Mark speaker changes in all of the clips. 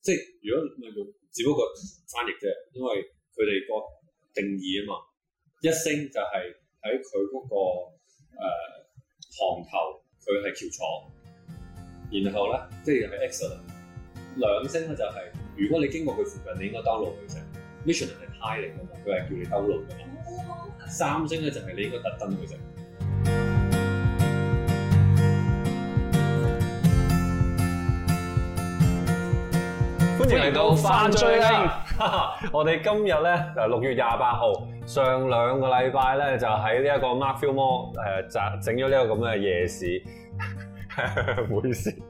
Speaker 1: 即係如果唔係冇，只不過翻譯啫，因為佢哋個定義啊嘛，一星就係喺佢嗰個誒、行頭，佢係翹楚，然後咧即係係 excellent。兩星咧就係、如果你經過佢附近，你應該兜路去食。mission 係派嚟㗎嘛，佢係叫你兜路㗎嘛。三星咧就係你應該特登去食。
Speaker 2: 歡迎嚟到犯罪啊啦！
Speaker 3: 啦！ 我哋今日咧就六月廿八號，上兩個禮拜咧就喺呢一個 Markfield Mall 誒就整咗呢個咁嘅夜市， 唔好意思。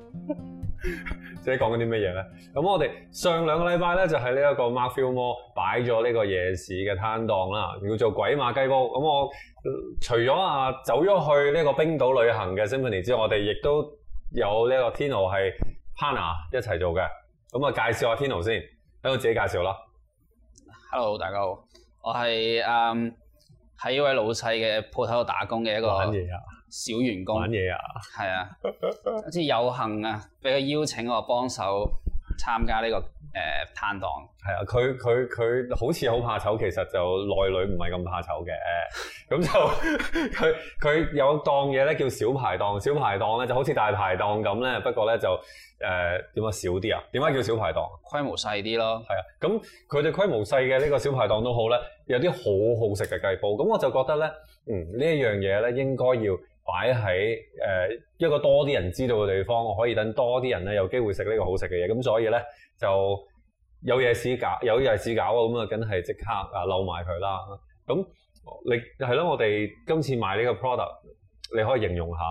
Speaker 3: 自己講緊啲乜嘢咧？咁我哋上兩個禮拜咧就喺呢一個 Markfield Mall 擺咗呢個夜市嘅攤檔啦，叫做鬼馬雞煲。咁我呃除咗啊走咗去呢個冰島旅行嘅 Symphony 之外，我哋亦都有呢個 Tino 係 partner 一齊做嘅。咁啊，介紹下 Tino 先，等我自己介紹啦。
Speaker 2: Hello，大家好，我係誒喺一位老細嘅鋪頭度打工嘅一個
Speaker 3: 玩嘢啊，
Speaker 2: 小員工
Speaker 3: 玩，嘢啊！
Speaker 2: 係啊， 好似有幸啊，俾佢邀請我幫手參加呢、個誒、呃、攤檔，
Speaker 3: 係啊，佢佢佢好似好怕醜，其實就內裏唔係咁怕醜嘅。咁就佢佢有檔嘢咧叫小排檔，小排檔咧就好似大排檔咁咧，不過咧就誒點啊少啲啊？點解叫小排檔？
Speaker 2: 規模細啲咯，
Speaker 3: 係啊，咁佢哋規模細嘅呢個小排檔都好咧，有啲好好食嘅雞煲，咁我就覺得咧，嗯呢一樣嘢咧應該要擺喺誒一個多啲人知道嘅地方，可以等多啲人咧有機會食呢個好食嘅嘢，咁所以咧就有夜市搞，有夜市搞啊，咁啊梗係即刻啊漏埋佢啦。咁你係咯，我哋今次買呢個 product，你可以形容下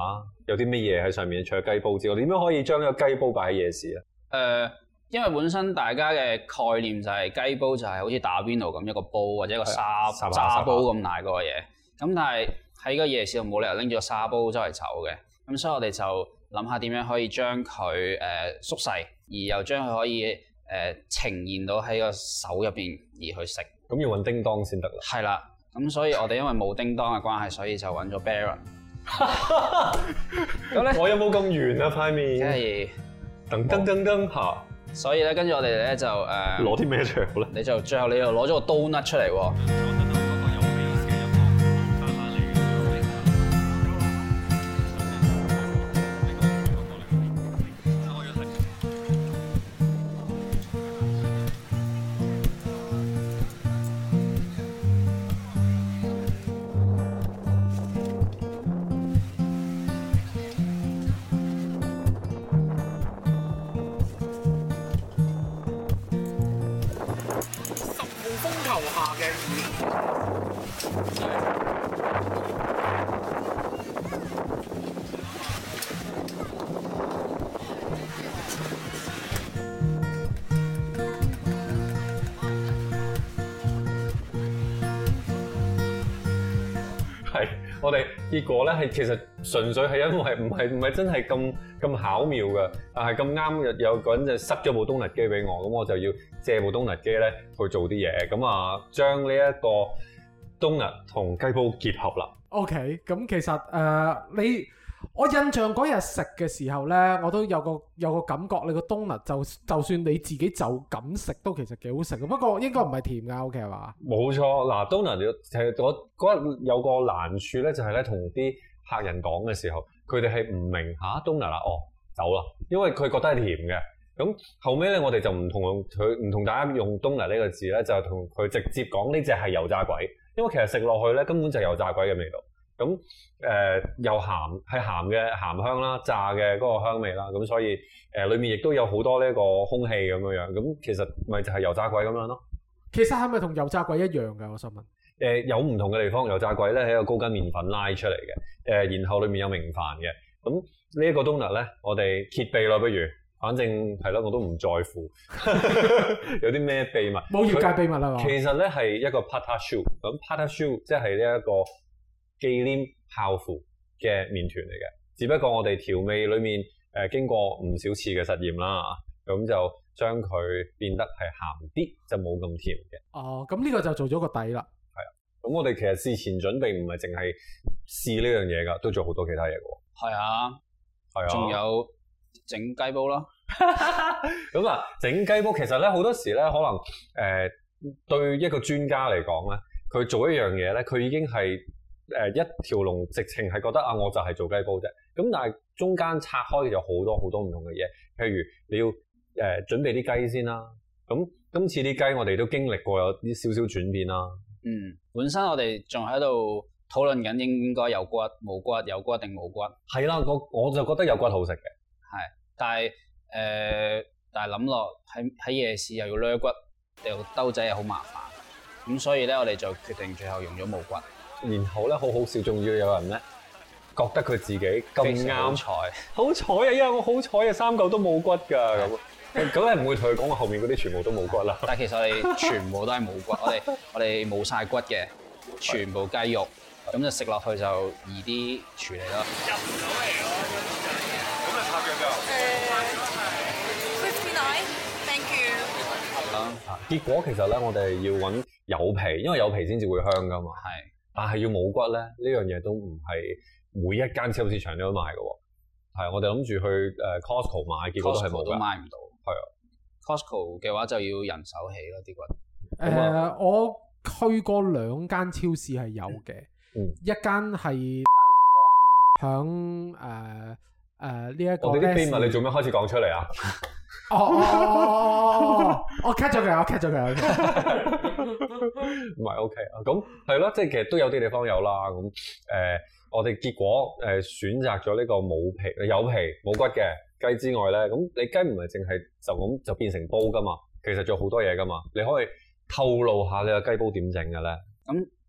Speaker 3: 有啲乜嘢喺上面，除咗雞煲之外，點樣可以將呢個雞煲擺喺夜市咧？
Speaker 2: 誒、呃因為本身大家嘅概念就係、雞煲就係好似打邊爐咁一個煲或者一個
Speaker 3: 係
Speaker 2: 啊沙
Speaker 3: 沙包
Speaker 2: 沙
Speaker 3: 沙包
Speaker 2: 煲咁大個嘅嘢，咁但係喺個夜市度冇理由拎咗個沙煲周圍走嘅，咁所以我哋就諗下點樣可以將佢誒、縮細，而又將佢可以誒、呈現到喺個手入邊而去食，
Speaker 3: 咁要揾叮當先得啦。
Speaker 2: 係啦，咁所以我哋因為冇叮當嘅關係，所以就揾咗 Baron，咁咧
Speaker 3: 我有冇咁圓啊塊
Speaker 2: 即
Speaker 3: 面？
Speaker 2: 係
Speaker 3: 噔噔噔噔嚇，
Speaker 2: 所以咧跟住我哋咧就誒。
Speaker 3: 攞啲咩出嚟好咧？
Speaker 2: 你就最後你又攞咗個刀甩出嚟喎。
Speaker 4: 十號風球下嘅
Speaker 3: 係我哋結果咧係其實純粹係因為唔係唔係真係咁咁巧妙嘅，但係咁啱有有個人就塞咗部東日機俾我，咁我就要借部東日機咧去做啲嘢，咁啊將呢一個東日同雞煲結合啦。
Speaker 4: OK，咁其實誒、呃你我印象嗰日食嘅時候呢，我都有個有個感覺，你個 donut 就就算你自己就咁食都其實幾好食嘅，不過應該唔係甜㗎，OK 係嘛？
Speaker 3: 冇錯，嗱 d o n a 其實我嗰日有個難處咧，就係咧同啲客人講嘅時候，佢哋係唔明吓 d o n a 啦，哦走啦，因為佢覺得係甜嘅。咁後尾咧，我哋就唔同用佢唔同大家用 d o n a 呢個字咧，就同佢直接講呢只係油炸鬼，因為其實食落去咧根本就係油炸鬼嘅味道。咁誒、呃又鹹係鹹嘅鹹香啦，炸嘅嗰個香味啦，咁所以誒、呃、裡面亦都有好多呢個空氣咁樣樣，咁其實咪就係油炸鬼咁樣咯。
Speaker 4: 其實係咪同油炸鬼一樣㗎？我想問。
Speaker 3: 誒、呃有唔同嘅地方，油炸鬼咧係一個高筋麵粉拉出嚟嘅，誒、呃然後裡面有明飯嘅。咁呢一個 donut 咧，我哋揭秘啦，不如，反正係咯，我都唔在乎， 有啲咩秘密？
Speaker 4: 冇業界秘密啦
Speaker 3: 佢
Speaker 4: 嘛
Speaker 3: 其實咧係一個 pata shoe，咁 pata shoe 即係呢一個忌廉泡芙嘅麵團嚟嘅，只不過我哋調味裡面誒、呃經過唔少次嘅實驗啦，咁就將佢變得係鹹啲，就冇咁甜嘅。
Speaker 4: 哦，咁呢個就做咗個底啦。
Speaker 3: 咁我哋其實事前準備唔係淨係試呢樣嘢㗎，都做好多其他嘢㗎喎。
Speaker 2: 係啊，
Speaker 3: 係啊，
Speaker 2: 仲有整雞煲啦。
Speaker 3: 咁啊，整雞煲其實咧好多時咧，可能誒、呃、對一個專家嚟講咧，佢做一樣嘢咧，佢已經係誒、呃一條龍，直情係覺得啊，我就係做雞煲啫。咁但係中間拆開有好多好多唔同嘅嘢，譬如你要誒、呃、準備啲雞先啦。咁今次啲雞我哋都經歷過有啲少少轉變啦。
Speaker 2: 嗯，本身我哋仲喺度討論緊應唔應該有骨冇骨，有骨定冇骨。
Speaker 3: 係啦，我我就覺得有骨好食嘅。
Speaker 2: 但係誒、呃但係諗落喺喺夜市又要掠骨，又兜仔又好麻煩，咁所以咧我哋就決定最後用咗冇骨，
Speaker 3: 然後咧好好笑，仲要有人咧覺得佢自己咁啱
Speaker 2: 彩，
Speaker 3: 好彩啊，因為我好彩啊，三嚿都冇骨㗎咁。咁你唔會同佢講我後面嗰啲全部都冇骨啦。
Speaker 2: 但係其實我哋全部都係冇骨，我哋我哋冇晒骨嘅，全部雞肉，咁就食落去就易啲處理啦。
Speaker 5: Fifty nine, thank you。
Speaker 2: 啦，
Speaker 3: 啊結果其實咧，我哋要揾有皮，因為有皮先至會香㗎嘛。
Speaker 2: 係
Speaker 3: 但係要冇骨咧，呢樣嘢都唔係每一間超市場都有賣嘅喎。係，我哋諗住去誒 Costco 買，結果都係
Speaker 2: Costco
Speaker 3: 冇
Speaker 2: 都
Speaker 3: 㗎。
Speaker 2: 買唔到，
Speaker 3: 係啊。
Speaker 2: Costco 嘅話就要人手起咯啲骨，
Speaker 3: 咁啊
Speaker 4: 誒，我去過兩間超市係有嘅，
Speaker 3: 嗯
Speaker 4: 一間係響誒誒呢一個
Speaker 3: 我哋啲
Speaker 4: Leslie-
Speaker 3: 秘密你做咩開始講出嚟啊？
Speaker 4: 哦哦哦哦哦哦，我 cut 咗佢，我 cut 咗佢。
Speaker 3: 唔係 OK 啊，咁係咯，即係其實都有啲地方有啦。咁誒、我哋結果誒、選擇咗呢個冇皮、有皮冇骨嘅雞之外咧，咁你雞唔係淨係就咁就變成煲噶嘛，其實仲有好多嘢噶嘛。你可以透露下你個雞煲點整嘅咧？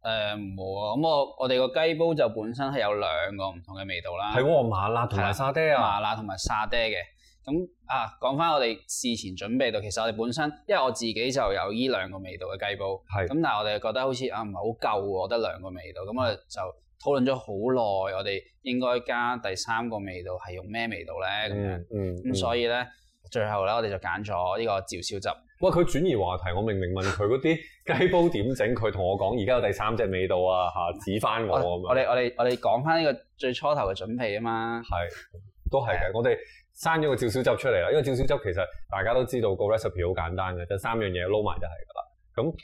Speaker 2: 誒冇啊，咁我我哋個雞煲就本身係有兩個唔同嘅味道啦。
Speaker 3: 係喎，麻辣同埋沙爹
Speaker 2: 麻
Speaker 3: 啊，
Speaker 2: 辣同埋沙爹嘅。咁啊，講翻我哋事前準備到，其實我哋本身，因為我自己就有呢兩個味道嘅雞煲，
Speaker 3: 係
Speaker 2: 咁但係我哋覺得好似啊唔係好夠喎，我得兩個味道，咁我哋就討論咗好耐，我哋應該加第三個味道係用咩味道咧？咁樣
Speaker 3: 嗯嗯，
Speaker 2: 咁所
Speaker 3: 以
Speaker 2: 以咧，最後咧我哋就揀咗呢個照燒汁，
Speaker 3: 哇，佢轉移話題，我明明問佢嗰啲雞煲點整，佢同我講而家有第三隻味道啊嚇，指翻我
Speaker 2: 我
Speaker 3: 咁樣
Speaker 2: 我。哋我哋我哋講翻呢個最初頭嘅準備啊嘛，
Speaker 3: 係，都係嘅。我哋生咗個照小汁出嚟啦，因為照小汁其實大家都知道個 recipe 好簡單嘅，就三樣嘢撈埋就係㗎啦。咁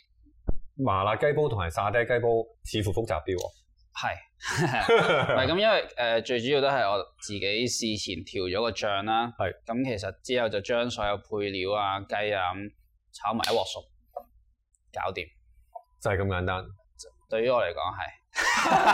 Speaker 3: 麻辣雞煲同埋沙爹雞煲似乎複雜啲喎。
Speaker 2: 係。唔係咁，因為誒、呃最主要都係我自己事前調咗個醬啦。
Speaker 3: 係。
Speaker 2: 咁其實之後就將所有配料啊、雞啊咁炒埋一鑊熟，搞掂。
Speaker 3: 就係咁簡單，
Speaker 2: 對於我嚟講係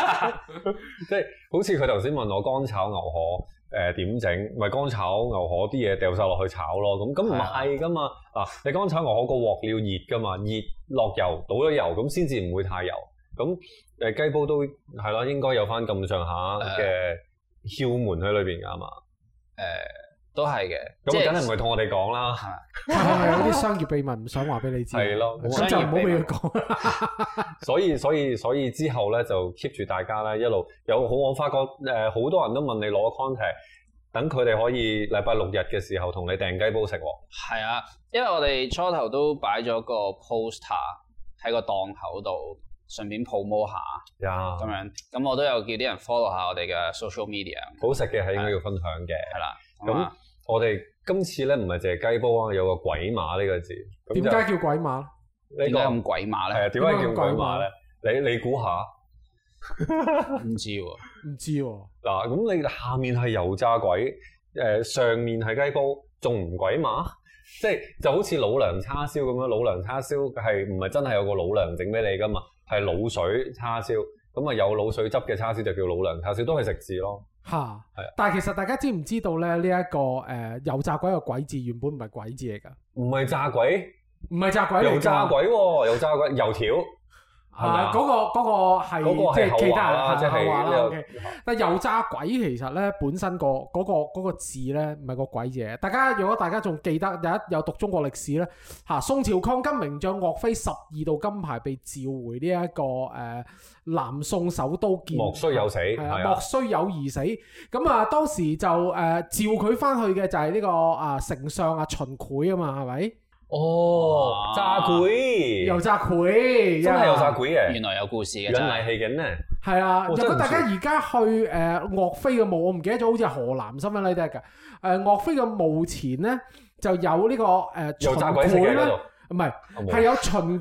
Speaker 3: 即係好似佢頭先問我乾炒牛河誒點整，咪乾炒牛河啲嘢掉晒落去炒咯。咁咁唔係㗎嘛，啊你乾炒牛河個鑊要熱㗎嘛，熱落油倒咗油咁先至唔會太油。咁誒雞煲都係啦，應該有翻咁上下嘅竅門喺裏邊㗎嘛。
Speaker 2: 誒、呃都係嘅。
Speaker 3: 咁
Speaker 2: 即
Speaker 3: 啊梗係唔係同我哋講啦，
Speaker 2: 係嘛
Speaker 4: 係咪有啲商業秘密唔想話俾你知？啊
Speaker 3: 係咯
Speaker 4: 咁就唔好俾佢講啦。
Speaker 3: 所以所以所以之後咧就 keep 住大家咧一路有好，我發覺誒好、多人都問你攞 contact，等佢哋可以禮拜六日嘅時候同你訂雞煲食喎。
Speaker 2: 係啊，因為我哋初頭都擺咗個 poster 喺個檔口度，順便 promo 下
Speaker 3: 呀
Speaker 2: 咁，樣。咁我都有叫啲人 follow 下我哋嘅 social media
Speaker 3: 好食嘅係應該要分享嘅。
Speaker 2: 係啦。
Speaker 3: 咁
Speaker 2: 啊
Speaker 3: 我哋今次咧唔係淨係雞煲啊，有個鬼馬呢個字。咁
Speaker 4: 點
Speaker 3: 就
Speaker 4: 解叫鬼馬？
Speaker 2: 點
Speaker 3: 呢
Speaker 2: 解
Speaker 3: 個
Speaker 2: 咁鬼馬
Speaker 3: 係
Speaker 2: 咧？
Speaker 3: 啊？點解叫
Speaker 4: 點解
Speaker 3: 鬼
Speaker 4: 咁鬼
Speaker 3: 馬
Speaker 4: 馬
Speaker 3: 咧？你你估下
Speaker 2: 唔知喎。
Speaker 4: 唔知喎。
Speaker 3: 嗱，咁你下面係油炸鬼，誒、上面係雞煲，仲唔鬼馬？ 即係就好似老娘叉燒咁樣，老娘叉燒係唔係真係有個老娘整俾你㗎嘛？係滷水叉燒，咁啊有滷水汁嘅叉燒就叫老娘叉燒，都係食字咯。
Speaker 4: 吓
Speaker 3: 係啊，
Speaker 4: 但係其實大家知唔知道咧？呢、一個誒、呃油炸鬼嘅鬼字原本唔係鬼字嚟㗎，
Speaker 3: 唔係炸鬼，
Speaker 4: 唔係炸鬼嚟㗎
Speaker 3: 油炸鬼喎、油炸鬼，油條係咪
Speaker 4: 啊！
Speaker 3: 啊
Speaker 4: 嗰、個嗰、
Speaker 3: 嗰
Speaker 4: 個
Speaker 3: 個
Speaker 4: 係即
Speaker 3: 係
Speaker 4: 係
Speaker 3: 後
Speaker 4: 其
Speaker 3: 話
Speaker 4: 他
Speaker 3: 啦，
Speaker 4: 人
Speaker 3: 即
Speaker 4: 係後話啦。
Speaker 3: 係呢
Speaker 4: OK
Speaker 3: 個
Speaker 4: 但油炸鬼其實咧本身個嗰、個嗰、個字咧唔係個鬼字嚟嘅。大家如果大家仲記得有一有讀中國歷史咧嚇、宋朝抗金名將岳飛十二道金牌被召回呢、一個誒、呃南宋首都建
Speaker 3: 莫須有死，
Speaker 4: 係
Speaker 3: 係
Speaker 4: 啊，莫
Speaker 3: 啊，
Speaker 4: 須有而死。咁啊，當時就誒、呃召佢翻去嘅就係呢、個啊丞相啊秦檜啊嘛，係咪？
Speaker 3: 哦，
Speaker 2: 哇
Speaker 3: 炸鬼，
Speaker 4: 油炸佢，
Speaker 3: 真係有炸鬼嘅，
Speaker 2: 原來有故事嘅
Speaker 3: 引
Speaker 2: 真係
Speaker 3: 嚟。氣緊咧。
Speaker 4: 系啊，
Speaker 3: 哦
Speaker 4: 如
Speaker 3: 真係
Speaker 4: 果
Speaker 3: 唔
Speaker 4: 大家而家去誒、呃、岳飛嘅墓，我唔記得咗，好似係河南新聞呢啲嘅。誒、呃岳飛嘅墓前咧就有呢、個誒、呃、秦
Speaker 3: 又炸鬼食嘅
Speaker 4: 檜
Speaker 3: 嗰
Speaker 4: 咧，
Speaker 3: 度，
Speaker 4: 唔係
Speaker 3: 我冇
Speaker 4: 係啊有秦檜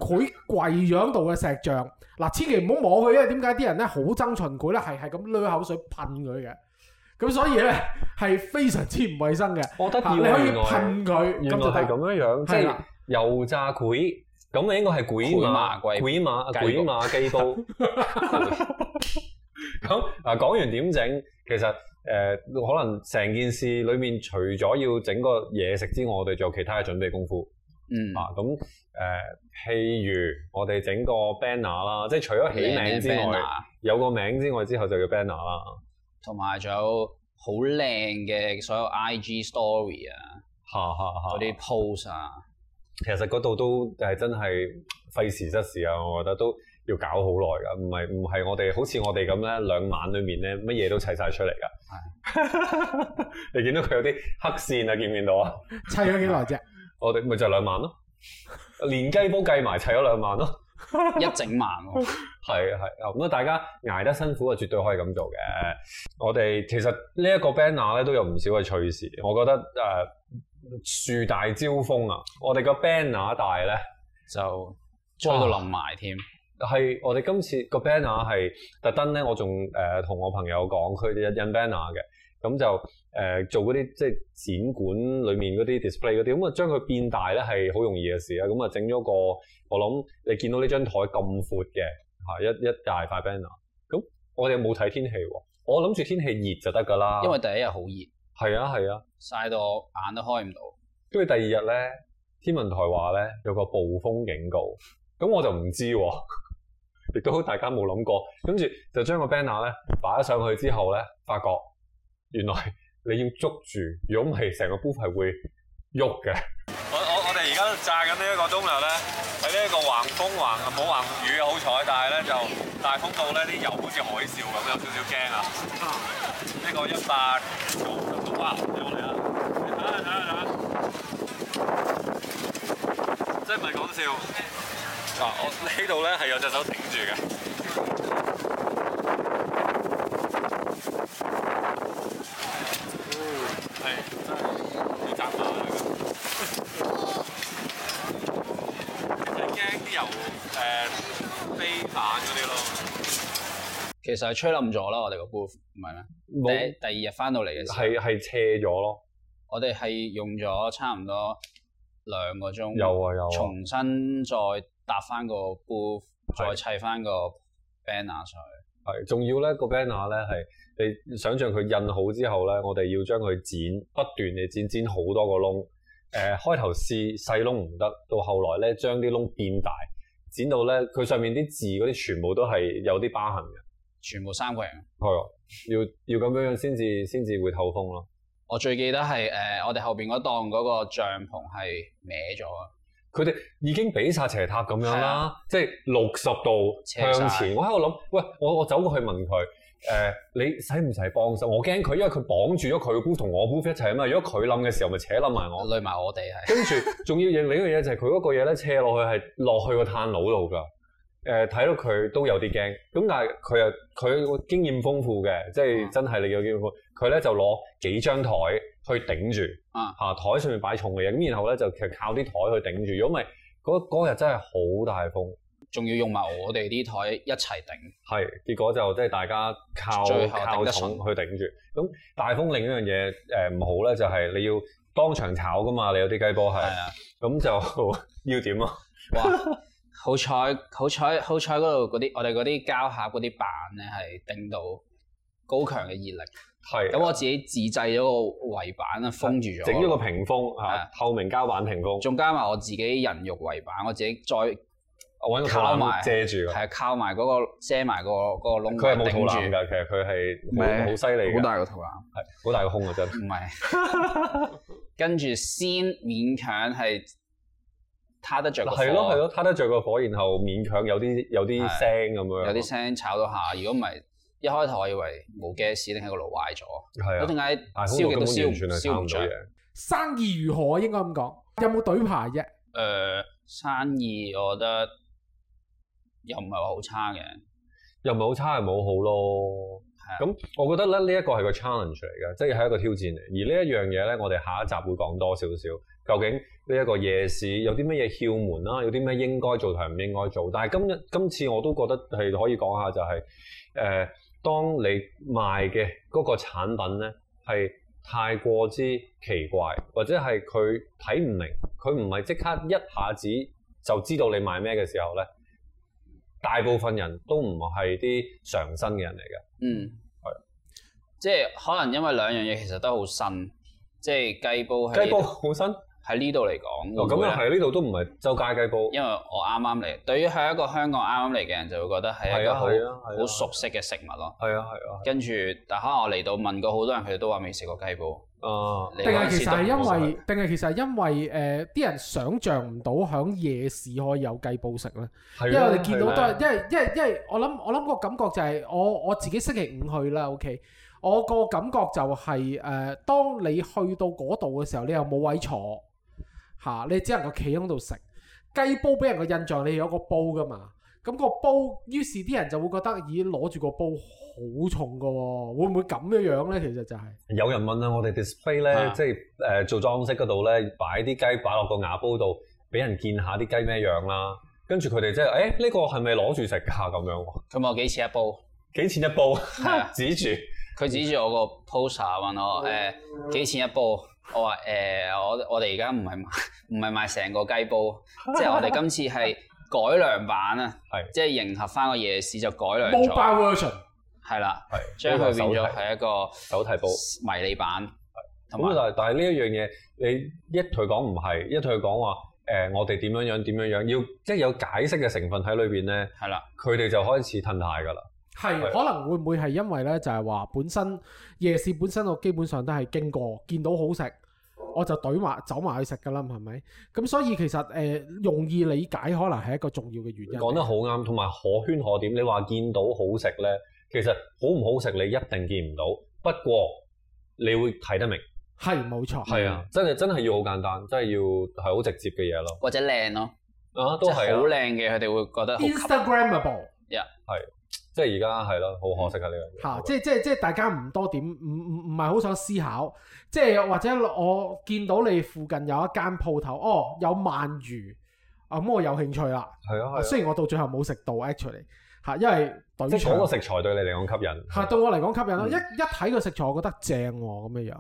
Speaker 4: 跪樣度嘅石像。嗱，千祈唔好摸佢，因為點解啲人咧好憎秦檜咧，係係咁濺口水噴佢嘅。咁所以咧係非常之唔衞生嘅。
Speaker 3: 我得意
Speaker 4: 嚇
Speaker 3: 喎，
Speaker 4: 你可以
Speaker 3: 原來
Speaker 4: 噴佢，咁
Speaker 3: 原來
Speaker 4: 就
Speaker 3: 係
Speaker 4: 得。
Speaker 3: 咁樣樣，即
Speaker 4: 係
Speaker 3: 係
Speaker 4: 啦
Speaker 3: 油炸鬼，咁啊應該係鬼馬、
Speaker 2: 鬼馬
Speaker 3: 鬼馬、
Speaker 2: 雞
Speaker 3: 鬼
Speaker 2: 煲
Speaker 3: 馬雞煲。 咁嗱，講完點整，其實誒、呃可能成件事裡面除咗要整個嘢食之外，我哋仲有其他嘅準備功夫
Speaker 2: 嗯，
Speaker 3: 啊。咁誒、呃譬如我哋整個 banner 啦，即係除咗起名之
Speaker 2: 靚嘅
Speaker 3: 外，
Speaker 2: banner，
Speaker 3: 有個名之外之後就叫 banner 啦。
Speaker 2: 同埋仲有好靚嘅所有 IG story 啊，
Speaker 3: 嚇嚇
Speaker 2: 嗰啲 post 啊，
Speaker 3: 其實嗰度都誒真係費時失事啊！我覺得都要搞好耐噶，唔係唔係我哋好似我哋咁咧，兩晚裡面咧乜嘢都砌晒出嚟噶。 你見到佢有啲黑線啊？見唔見到啊？
Speaker 4: 砌咗幾耐啫？
Speaker 3: 我哋咪就兩晚咯，連雞煲計埋砌咗兩晚咯。
Speaker 2: 一整晚喎。
Speaker 3: 係係啊咁啊！大家捱得辛苦啊，絕對可以咁做嘅。我哋其實呢一個 banner 咧都有唔少嘅趣事，我覺得誒、呃樹大招風啊！我哋個 banner 大咧。
Speaker 2: 就吹到淋埋添。
Speaker 3: 哦係我哋今次個 banner 係特登咧，我仲誒同我朋友講，佢哋印 banner 嘅，咁就誒、呃做嗰啲即係展館裡面嗰啲 display 嗰啲，咁啊將佢變大咧係好容易嘅事啊，咁啊整咗個我諗你見到呢張台咁闊嘅嚇一一大塊 banner，咁我哋冇睇天氣喎，我諗住天氣熱就得㗎啦，
Speaker 2: 因為第一日好熱，
Speaker 3: 係啊係啊，
Speaker 2: 晒到我眼都開唔到。
Speaker 3: 跟住第二日咧天文台話咧有個暴風警告，咁我就唔知喎、 亦都大家冇諗過，跟住就將個 banner 咧擺咗上去之後咧，發覺原來你要捉住，如果唔係成個 b o o 係會喐嘅。我我我哋而家炸緊呢一個鐘頭咧，喺呢一個橫風橫冇橫雨嘅好彩，但係咧就大風到咧啲油好似海嘯咁，有少少驚啊！呢個一百九十度啊，你過嚟啊！你睇下睇下睇下， 真係唔係講笑。嗱，我呢度咧係有隻手頂住嘅。係真係要扎馬嚟㗎。其實驚啲油誒飛散嗰啲咯。
Speaker 2: 其實係吹冧咗啦，我哋個 booth 唔係咩？第
Speaker 3: 冇
Speaker 2: 第二日翻到嚟嘅時候，
Speaker 3: 係係斜咗咯，
Speaker 2: 我哋係用咗差唔多兩個鐘，
Speaker 3: 有啊有啊
Speaker 2: 重新再搭翻個 booth，再
Speaker 3: 係
Speaker 2: 砌翻個 banner 上去。
Speaker 3: 係仲要咧個 banner 咧係你想象佢印好之後咧，我哋要將佢剪不斷地剪剪好多個窿。誒、開頭試細窿唔得，到後來咧將啲窿變大，剪到咧佢上面啲字嗰啲全部都係有啲疤痕嘅，
Speaker 2: 全部三個人，
Speaker 3: 係啊，要要咁樣樣先至先至會透風咯。
Speaker 2: 我最記得係誒、呃我哋後邊嗰檔嗰個帳篷係歪咗啊！
Speaker 3: 佢哋已經俾晒斜塔咁樣
Speaker 2: 係
Speaker 3: 啦
Speaker 2: 啊，
Speaker 3: 即係六十度
Speaker 2: 斜晒
Speaker 3: 向前。我喺度諗，喂，我我走過去問佢，誒、你使唔使幫手？我驚佢，因為佢綁住咗佢個 b 同我 b 一齊啊嘛。如果佢冧嘅時候，咪扯冧埋我。
Speaker 2: 累埋我哋係
Speaker 3: 跟住仲要另一樣嘢就係佢嗰個嘢咧，斜落去係落去個炭爐度㗎。誒、睇到佢都有啲驚，咁但係佢又佢經驗豐富嘅，即係
Speaker 2: 嗯
Speaker 3: 真係你嘅經驗豐富。佢咧就攞幾張台去頂住，
Speaker 2: 啊
Speaker 3: 嚇台上面擺重嘅嘢，咁然後咧就其實靠啲台去頂住。如果唔係嗰嗰日真係好大風，
Speaker 2: 仲要用埋我哋啲台一齊 頂。
Speaker 3: 係結果就即係大家靠
Speaker 2: 最後
Speaker 3: 靠
Speaker 2: 頂得
Speaker 3: 重
Speaker 2: 順
Speaker 3: 去頂住。咁大風另一樣嘢誒唔好咧，就係、你要當場炒㗎嘛，你有啲雞煲係
Speaker 2: 係，啊，
Speaker 3: 咁就 要點啊？
Speaker 2: 哇！好彩好彩好彩嗰度嗰啲我哋嗰啲膠盒嗰啲板咧係頂到高強嘅熱力，
Speaker 3: 係啊
Speaker 2: 咁我自己自製咗個圍板啊封住咗，
Speaker 3: 整咗個屏風
Speaker 2: 係
Speaker 3: 啊
Speaker 2: 啊，
Speaker 3: 透明膠板屏風，
Speaker 2: 仲加埋我自己人肉圍板，我自己再
Speaker 3: 啊我揾個
Speaker 2: 靠
Speaker 3: 肚腩
Speaker 2: 埋
Speaker 3: 遮住㗎。
Speaker 2: 係啊靠埋嗰個遮埋個嗰個窿，
Speaker 3: 佢係冇肚腩
Speaker 2: 頂住
Speaker 3: 㗎，其實佢係好
Speaker 2: 咩
Speaker 3: 好犀利
Speaker 2: 好
Speaker 3: 㗎，
Speaker 2: 大個肚腩，
Speaker 3: 係好大個胸啊真係。
Speaker 2: 唔 係。跟住先勉強係攤得着個火，
Speaker 3: 係咯係咯，攤得着個火，啊然後勉強有啲有啲
Speaker 2: 係
Speaker 3: 聲咁樣。
Speaker 2: 有啲聲炒到下。如果唔係，一開頭我以為冇 gas，定係個爐壞咗。
Speaker 3: 係
Speaker 2: 咁
Speaker 3: 啊，
Speaker 2: 點解
Speaker 3: 但係空度
Speaker 2: 燒極
Speaker 3: 根
Speaker 2: 都
Speaker 3: 本
Speaker 2: 燒
Speaker 3: 完
Speaker 2: 唔
Speaker 3: 全係
Speaker 2: 燒
Speaker 3: 撐
Speaker 2: 唔
Speaker 3: 唔到
Speaker 2: 着？
Speaker 3: 嘢。
Speaker 4: 生意如何啊應該咁講？有冇隊牌啫？
Speaker 2: 呃生意我覺得又唔係話好差嘅，
Speaker 3: 又唔係好差，係冇好咯。
Speaker 2: 係啊，
Speaker 3: 咁我覺得咧，呢一個係個 challenge 嚟嘅，即係係一個挑戰嚟。而呢一樣嘢咧，我哋下一集會講多少少，究竟呢一個夜市有啲乜嘢竅門啦，有啲咩應該做同埋唔應該做。但係今日今次我都覺得係可以講下就係、誒、當你賣嘅嗰個產品咧係太過之奇怪，或者係佢睇唔明，佢唔係即刻一下子就知道你賣咩嘅時候咧，大部分人都唔係啲常新嘅人嚟嘅。
Speaker 2: 嗯，
Speaker 3: 係，
Speaker 2: 即係可能因為兩樣嘢其實都好新，即係雞煲喺
Speaker 3: 雞煲好新，哦
Speaker 2: 喺呢度嚟講，
Speaker 3: 咁又
Speaker 2: 會唔會啊咧
Speaker 3: 係呢度都唔係周街雞煲，
Speaker 2: 因為我啱啱嚟，對於係一個香港啱啱嚟嘅人就會覺得係一
Speaker 3: 係
Speaker 2: 個
Speaker 3: 啊
Speaker 2: 好
Speaker 3: 係啊係啊
Speaker 2: 好熟悉嘅食物咯。
Speaker 3: 係啊係啊，
Speaker 2: 跟住，但可能我嚟到問過好多人，佢哋都話未食過雞煲。
Speaker 3: 啊
Speaker 2: 你
Speaker 4: 定係
Speaker 2: 嗰陣
Speaker 4: 其
Speaker 2: 時
Speaker 4: 實
Speaker 2: 都
Speaker 4: 係因
Speaker 2: 冇所謂
Speaker 4: 為，定係其實係因為誒啲人想像唔到響夜市可以有雞煲食咧，
Speaker 3: 係
Speaker 4: 因
Speaker 3: 啊
Speaker 4: 為我哋見到都
Speaker 3: 啊
Speaker 4: 係，因為因為因為我諗我諗個感覺就係我我自己星期五去啦，OK，我個感覺就係誒，當你去到嗰度嘅時候，你又冇位坐嚇，你只能夠企喺度食雞煲，俾人個印象你有個煲噶嘛。咁個煲，於是啲人就會覺得，咦，攞住個煲好重噶喎，會唔會咁嘅樣呢？其實就係、
Speaker 3: 有人問啊，我哋 display
Speaker 2: 啊
Speaker 3: 咧，即係誒做裝飾嗰度咧，擺啲雞擺落個瓦煲度，俾人見下啲雞咩樣啦。跟住佢哋即係誒呢個係咪攞住食㗎咁樣喎？
Speaker 2: 佢問我幾錢一煲，
Speaker 3: 幾錢一煲？
Speaker 2: 係 啊
Speaker 3: 指住
Speaker 2: 佢指住我個 poster 問
Speaker 4: 哦
Speaker 2: 我誒、幾錢一煲，我話誒、我我哋而家唔係賣 唔係賣成個雞煲， 即係我哋今次係改良版啊，
Speaker 3: 係
Speaker 2: 即係迎合翻個夜市就改良咗，
Speaker 4: mobile version。
Speaker 2: 係啦，
Speaker 3: 係
Speaker 2: 將佢變咗
Speaker 3: 係
Speaker 2: 係一個
Speaker 3: 手提煲。
Speaker 2: 迷你版，同
Speaker 3: 咁
Speaker 2: 埋
Speaker 3: 但係但係呢一樣嘢，你一佢講唔係，一佢講話誒我哋點樣樣點樣樣，要即係有解釋嘅成分喺裏邊咧，
Speaker 2: 係啦。
Speaker 3: 佢哋就開始褪態㗎啦。
Speaker 4: 係
Speaker 3: 係
Speaker 4: 可能會唔會係因為呢？就係話本身夜市本身我基本上都係經過見到好食，我就懟埋走埋去食㗎啦，係咪？咁所以其實誒、呃容易理解可能係一個重要嘅原因。
Speaker 3: 講得好啱，同埋可圈可點。你話見到好食咧，其實好唔好食你一定見唔到，不過你會睇得明。
Speaker 4: 係冇錯，
Speaker 3: 係啊，真係真係要好簡單，真係要係好直接嘅嘢咯。
Speaker 2: 或者靚咯，
Speaker 3: 啊，
Speaker 2: 即
Speaker 3: 都
Speaker 2: 係好
Speaker 3: 係啊，
Speaker 2: 靚嘅，佢哋會覺得好吸
Speaker 4: ，Instagrammable
Speaker 3: 即係而家係咯，好可惜啊呢樣嘢。
Speaker 4: 嚇、即係即係即係大家唔多點，唔唔唔係好想思考，即係或者我見到你附近有一間鋪頭，哦有鰻魚，啊咁我有興趣啦。
Speaker 3: 係啊係啊，
Speaker 4: 雖然我到最後冇食到 actually 嚇，因為懟
Speaker 3: 即係
Speaker 4: 場
Speaker 3: 嗰個食材對你嚟講吸引。
Speaker 4: 嚇，對我嚟講吸引咯。一一睇個食材，我覺得正喎咁嘅樣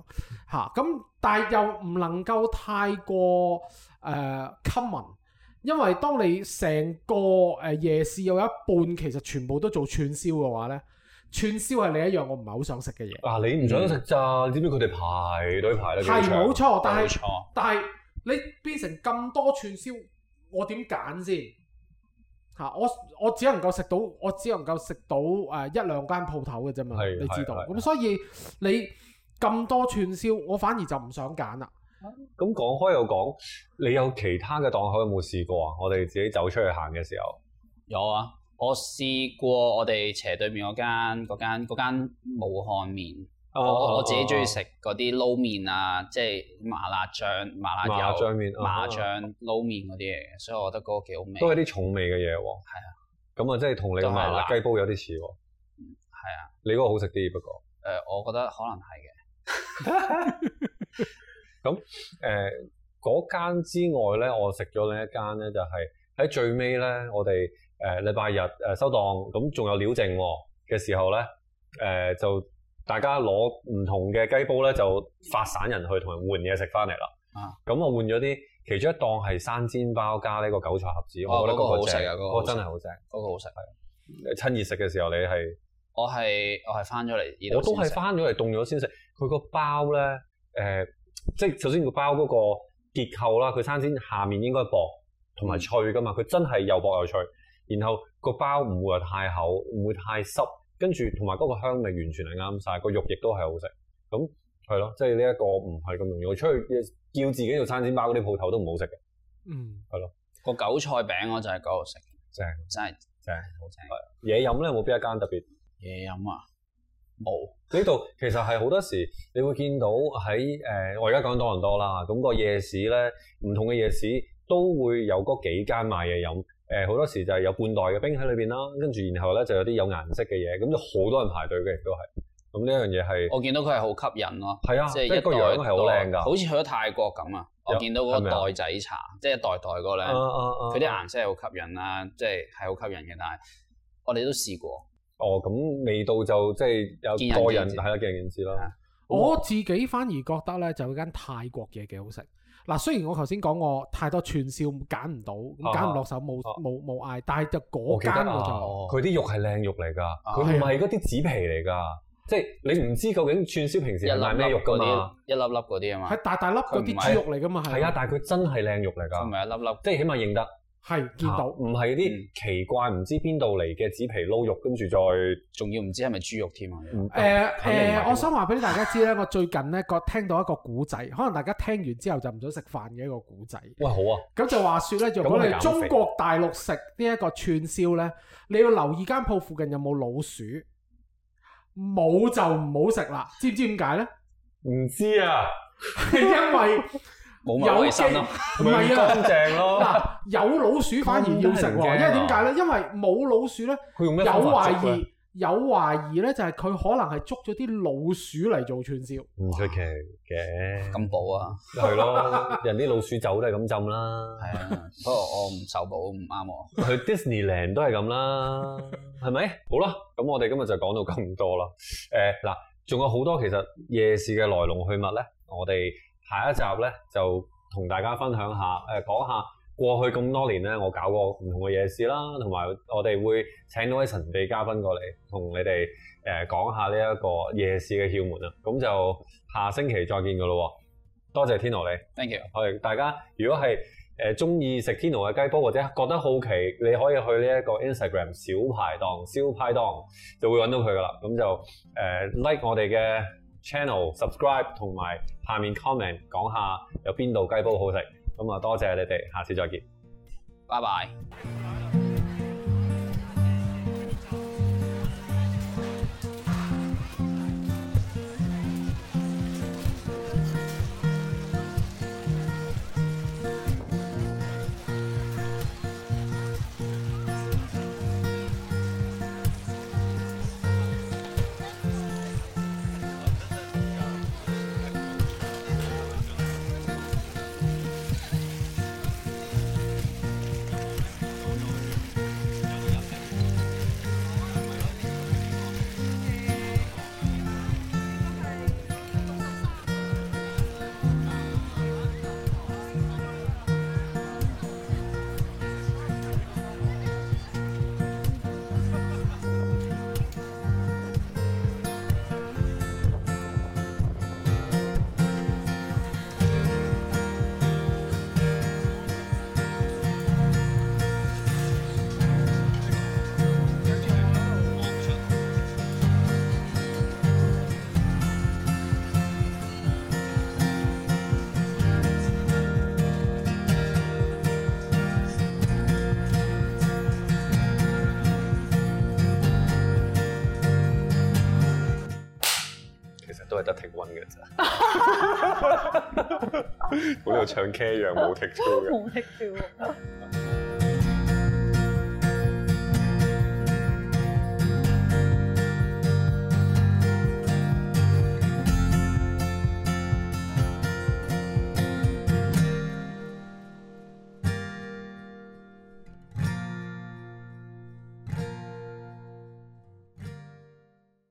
Speaker 4: 嚇。咁但係又唔能夠太過誒、呃 common，因為當你成個誒、呃夜市有一半其實全部都做串燒嘅話咧，串燒係另一樣我唔係好想食嘅嘢。
Speaker 3: 啊，你唔想食咋？你知唔知佢哋排隊排得幾長？
Speaker 4: 係冇錯，但
Speaker 2: 冇
Speaker 4: 係
Speaker 2: 錯，
Speaker 4: 但係你變成咁多串燒，我點揀先？嚇、我我只能夠食到，我只能夠食到誒、呃一兩間鋪頭嘅啫嘛，
Speaker 3: 係
Speaker 4: 你知道。
Speaker 3: 係係
Speaker 4: 咁所以你咁多串燒，我反而就唔想揀啦。
Speaker 3: 咁講開又講，你有其他嘅檔口有冇試過啊？我哋自己走出去行嘅時候，
Speaker 2: 有啊！我試過我哋斜對面嗰間嗰間嗰間武漢麵，
Speaker 3: 哦
Speaker 2: 我我自己中意食嗰啲撈麵啊，即係麻辣醬、麻辣
Speaker 3: 哦麻
Speaker 2: 油、
Speaker 3: 醬面，
Speaker 2: 麻
Speaker 3: 啊
Speaker 2: 醬撈麵嗰啲嘢嘅，所以我覺得嗰個幾好味。
Speaker 3: 都係啲重味嘅嘢喎。係
Speaker 2: 啊，
Speaker 3: 咁啊，即係同你個麻辣雞煲有啲似喎。
Speaker 2: 係啊，
Speaker 3: 你嗰個好食啲，不過
Speaker 2: 誒、我覺得可能係嘅。
Speaker 3: 誒嗰間之外咧，我食咗另一間咧，就係喺最尾咧，我哋誒禮拜日誒收檔，咁仲有料剩喎嘅時候咧，誒就大家攞唔同嘅雞煲咧，就發散人去同人換嘢食翻嚟啦
Speaker 2: 啊。
Speaker 3: 咁我換咗啲，其中一檔係生煎包加呢個韭菜盒子，
Speaker 2: 哦
Speaker 3: 我覺得嗰
Speaker 2: 嗰個好
Speaker 3: 個
Speaker 2: 食
Speaker 3: 正
Speaker 2: 啊嗰個
Speaker 3: 嗰個真
Speaker 2: 好
Speaker 3: 係
Speaker 2: 食
Speaker 3: 好正。
Speaker 2: 嗰、個好食，
Speaker 3: 趁熱食嘅時候，你係。
Speaker 2: 我係我係翻咗嚟呢度
Speaker 3: 我都
Speaker 2: 先
Speaker 3: 係
Speaker 2: 食
Speaker 3: 翻咗嚟凍咗先食。佢個包咧，誒、即係首先個包嗰個結構啦，佢生煎下面應該薄同
Speaker 2: 嗯
Speaker 3: 埋脆噶嘛，佢真係又薄又脆。然後個包唔會話太厚，唔會太濕，跟住同埋嗰個香味完全係啱晒，個肉亦都係好食。咁係咯，即係呢一個唔係咁容易。我出去叫自己做生煎包嗰啲鋪頭都唔好食嘅，
Speaker 4: 嗯，
Speaker 2: 個韭菜餅，我就係嗰度食，
Speaker 3: 正
Speaker 2: 真係
Speaker 3: 正
Speaker 2: 好正。
Speaker 3: 嘢飲咧，有冇邊一間特別？
Speaker 2: 嘢飲啊，冇。
Speaker 3: 呢度其實係好多時，你會見到喺誒、呃我而家講多倫多啦，咁、個夜市咧，唔同嘅夜市都會有嗰幾間賣嘢飲。誒好、多時就係有半袋嘅冰喺裏邊啦，跟住然後咧就有啲有顏色嘅嘢，咁就好多人排隊嘅，亦都係。咁呢樣嘢係
Speaker 2: 我見到佢係好吸引咯，
Speaker 3: 係啊，
Speaker 2: 嗯即
Speaker 3: 即
Speaker 2: 係一
Speaker 3: 係個
Speaker 2: 袋
Speaker 3: 樣係好靚㗎。
Speaker 2: 好似去咗泰國咁啊！我
Speaker 3: 有
Speaker 2: 見到嗰
Speaker 3: 係咪啊
Speaker 2: 個袋仔茶，即係一袋袋嗰咧，佢
Speaker 3: 佢
Speaker 2: 啲顏色係好吸引啦，即係係好吸引嘅。但係我哋都試過，
Speaker 3: 哦，咁味道就即係有個人係啦，見仁見智
Speaker 2: 啊
Speaker 3: 啦。
Speaker 4: 我自己反而覺得呢，就有間泰國嘢幾好食。嗱，雖然我頭先講我太多串燒揀唔到，咁揀唔落手冇
Speaker 3: 啊
Speaker 4: 冇冇嗌，但係就
Speaker 3: 我
Speaker 4: 嗰
Speaker 3: 記得
Speaker 4: 間
Speaker 3: 啊
Speaker 4: 我就，
Speaker 3: 佢啲肉係靚肉嚟㗎，佢
Speaker 2: 哦
Speaker 3: 唔
Speaker 4: 係啊
Speaker 3: 係嗰啲紙皮嚟㗎，即係你唔知究竟串燒平時
Speaker 2: 一
Speaker 3: 係
Speaker 2: 粒
Speaker 3: 賣咩
Speaker 2: 粒
Speaker 3: 肉
Speaker 2: 嗰
Speaker 3: 㗎嘛
Speaker 2: 啲，？一粒粒嗰啲啊嘛
Speaker 4: 係，大大粒嗰
Speaker 2: 佢
Speaker 4: 啲
Speaker 2: 唔係
Speaker 4: 豬肉嚟噶嘛，
Speaker 3: 係啊，
Speaker 4: 係
Speaker 3: 但係佢真係靚肉嚟
Speaker 2: 佢唔
Speaker 3: 㗎，
Speaker 2: 係一粒粒。
Speaker 3: 即係起碼認得，
Speaker 4: 係見
Speaker 3: 啊
Speaker 4: 到。嗯
Speaker 3: 唔係啲奇怪唔知邊度嚟嘅紙皮撈肉，跟住再
Speaker 2: 仲要唔知係咪豬肉添啊？
Speaker 3: 唔
Speaker 4: 誒
Speaker 3: 哦肯定唔係
Speaker 4: 誒，我想話俾大家知咧，我最近咧個聽到一個古仔，可能大家聽完之後就唔想食飯嘅一個古仔。
Speaker 3: 喂好啊，
Speaker 4: 咁就話説咧，如果你去中國大陸食呢一個串燒咧，你要留意間鋪附近有冇老鼠，冇就唔好食啦。知唔知 點解咧？
Speaker 3: 唔知啊，
Speaker 4: 係因為
Speaker 2: 冇
Speaker 4: 有
Speaker 2: 乜衞生
Speaker 4: 機
Speaker 2: 咯，
Speaker 4: 唔
Speaker 3: 咪
Speaker 4: 係
Speaker 3: 乾
Speaker 4: 啊。
Speaker 3: 淨 咯，
Speaker 4: 嗱，有老鼠反而要食
Speaker 3: 咁得
Speaker 4: 喎，
Speaker 3: 人
Speaker 4: 因
Speaker 3: 驚啊
Speaker 4: 為點解咧？因為冇老鼠咧，
Speaker 3: 佢用
Speaker 4: 有
Speaker 3: 咩方法啊捉
Speaker 4: 懷
Speaker 3: 㗎
Speaker 4: 疑，有懷疑咧，就係佢可能係捉咗啲老鼠嚟做串燒。
Speaker 3: 唔出奇嘅，
Speaker 2: 咁補啊，
Speaker 3: 係咯，人啲老鼠酒都係咁浸啦。
Speaker 2: 係啊。不過我唔受補，唔啱我。
Speaker 3: 去 Disneyland 都係咁啦，係咪？好啦，咁我哋今日就講到咁多啦。誒、嗱，仲有好多其實夜市嘅來龍去脈咧，我哋下一集咧就同大家分享下，誒、講下過去咁多年咧，我搞過唔同嘅夜市啦，同埋我哋會請到位神秘嘉賓過嚟，同你哋誒、講下呢一個夜市嘅竅門啊。咁就下星期再見噶咯喎，多謝天奴你。
Speaker 2: Thank you。
Speaker 3: 我哋大家如果係誒中意食天奴嘅雞煲，或者覺得好奇，你可以去呢一個 Instagram 小排檔、小派檔，就會揾到佢噶啦。咁就誒、呃 like 我哋嘅 channel、subscribe 同埋下面 comment 講下有邊度雞煲好食。咁啊，多謝你哋，下次再見。
Speaker 2: 拜拜。
Speaker 3: 其實都係得剔温嘅咋， 好似唱 K 一樣冇剔 two 嘅。
Speaker 6: 冇剔跳喎。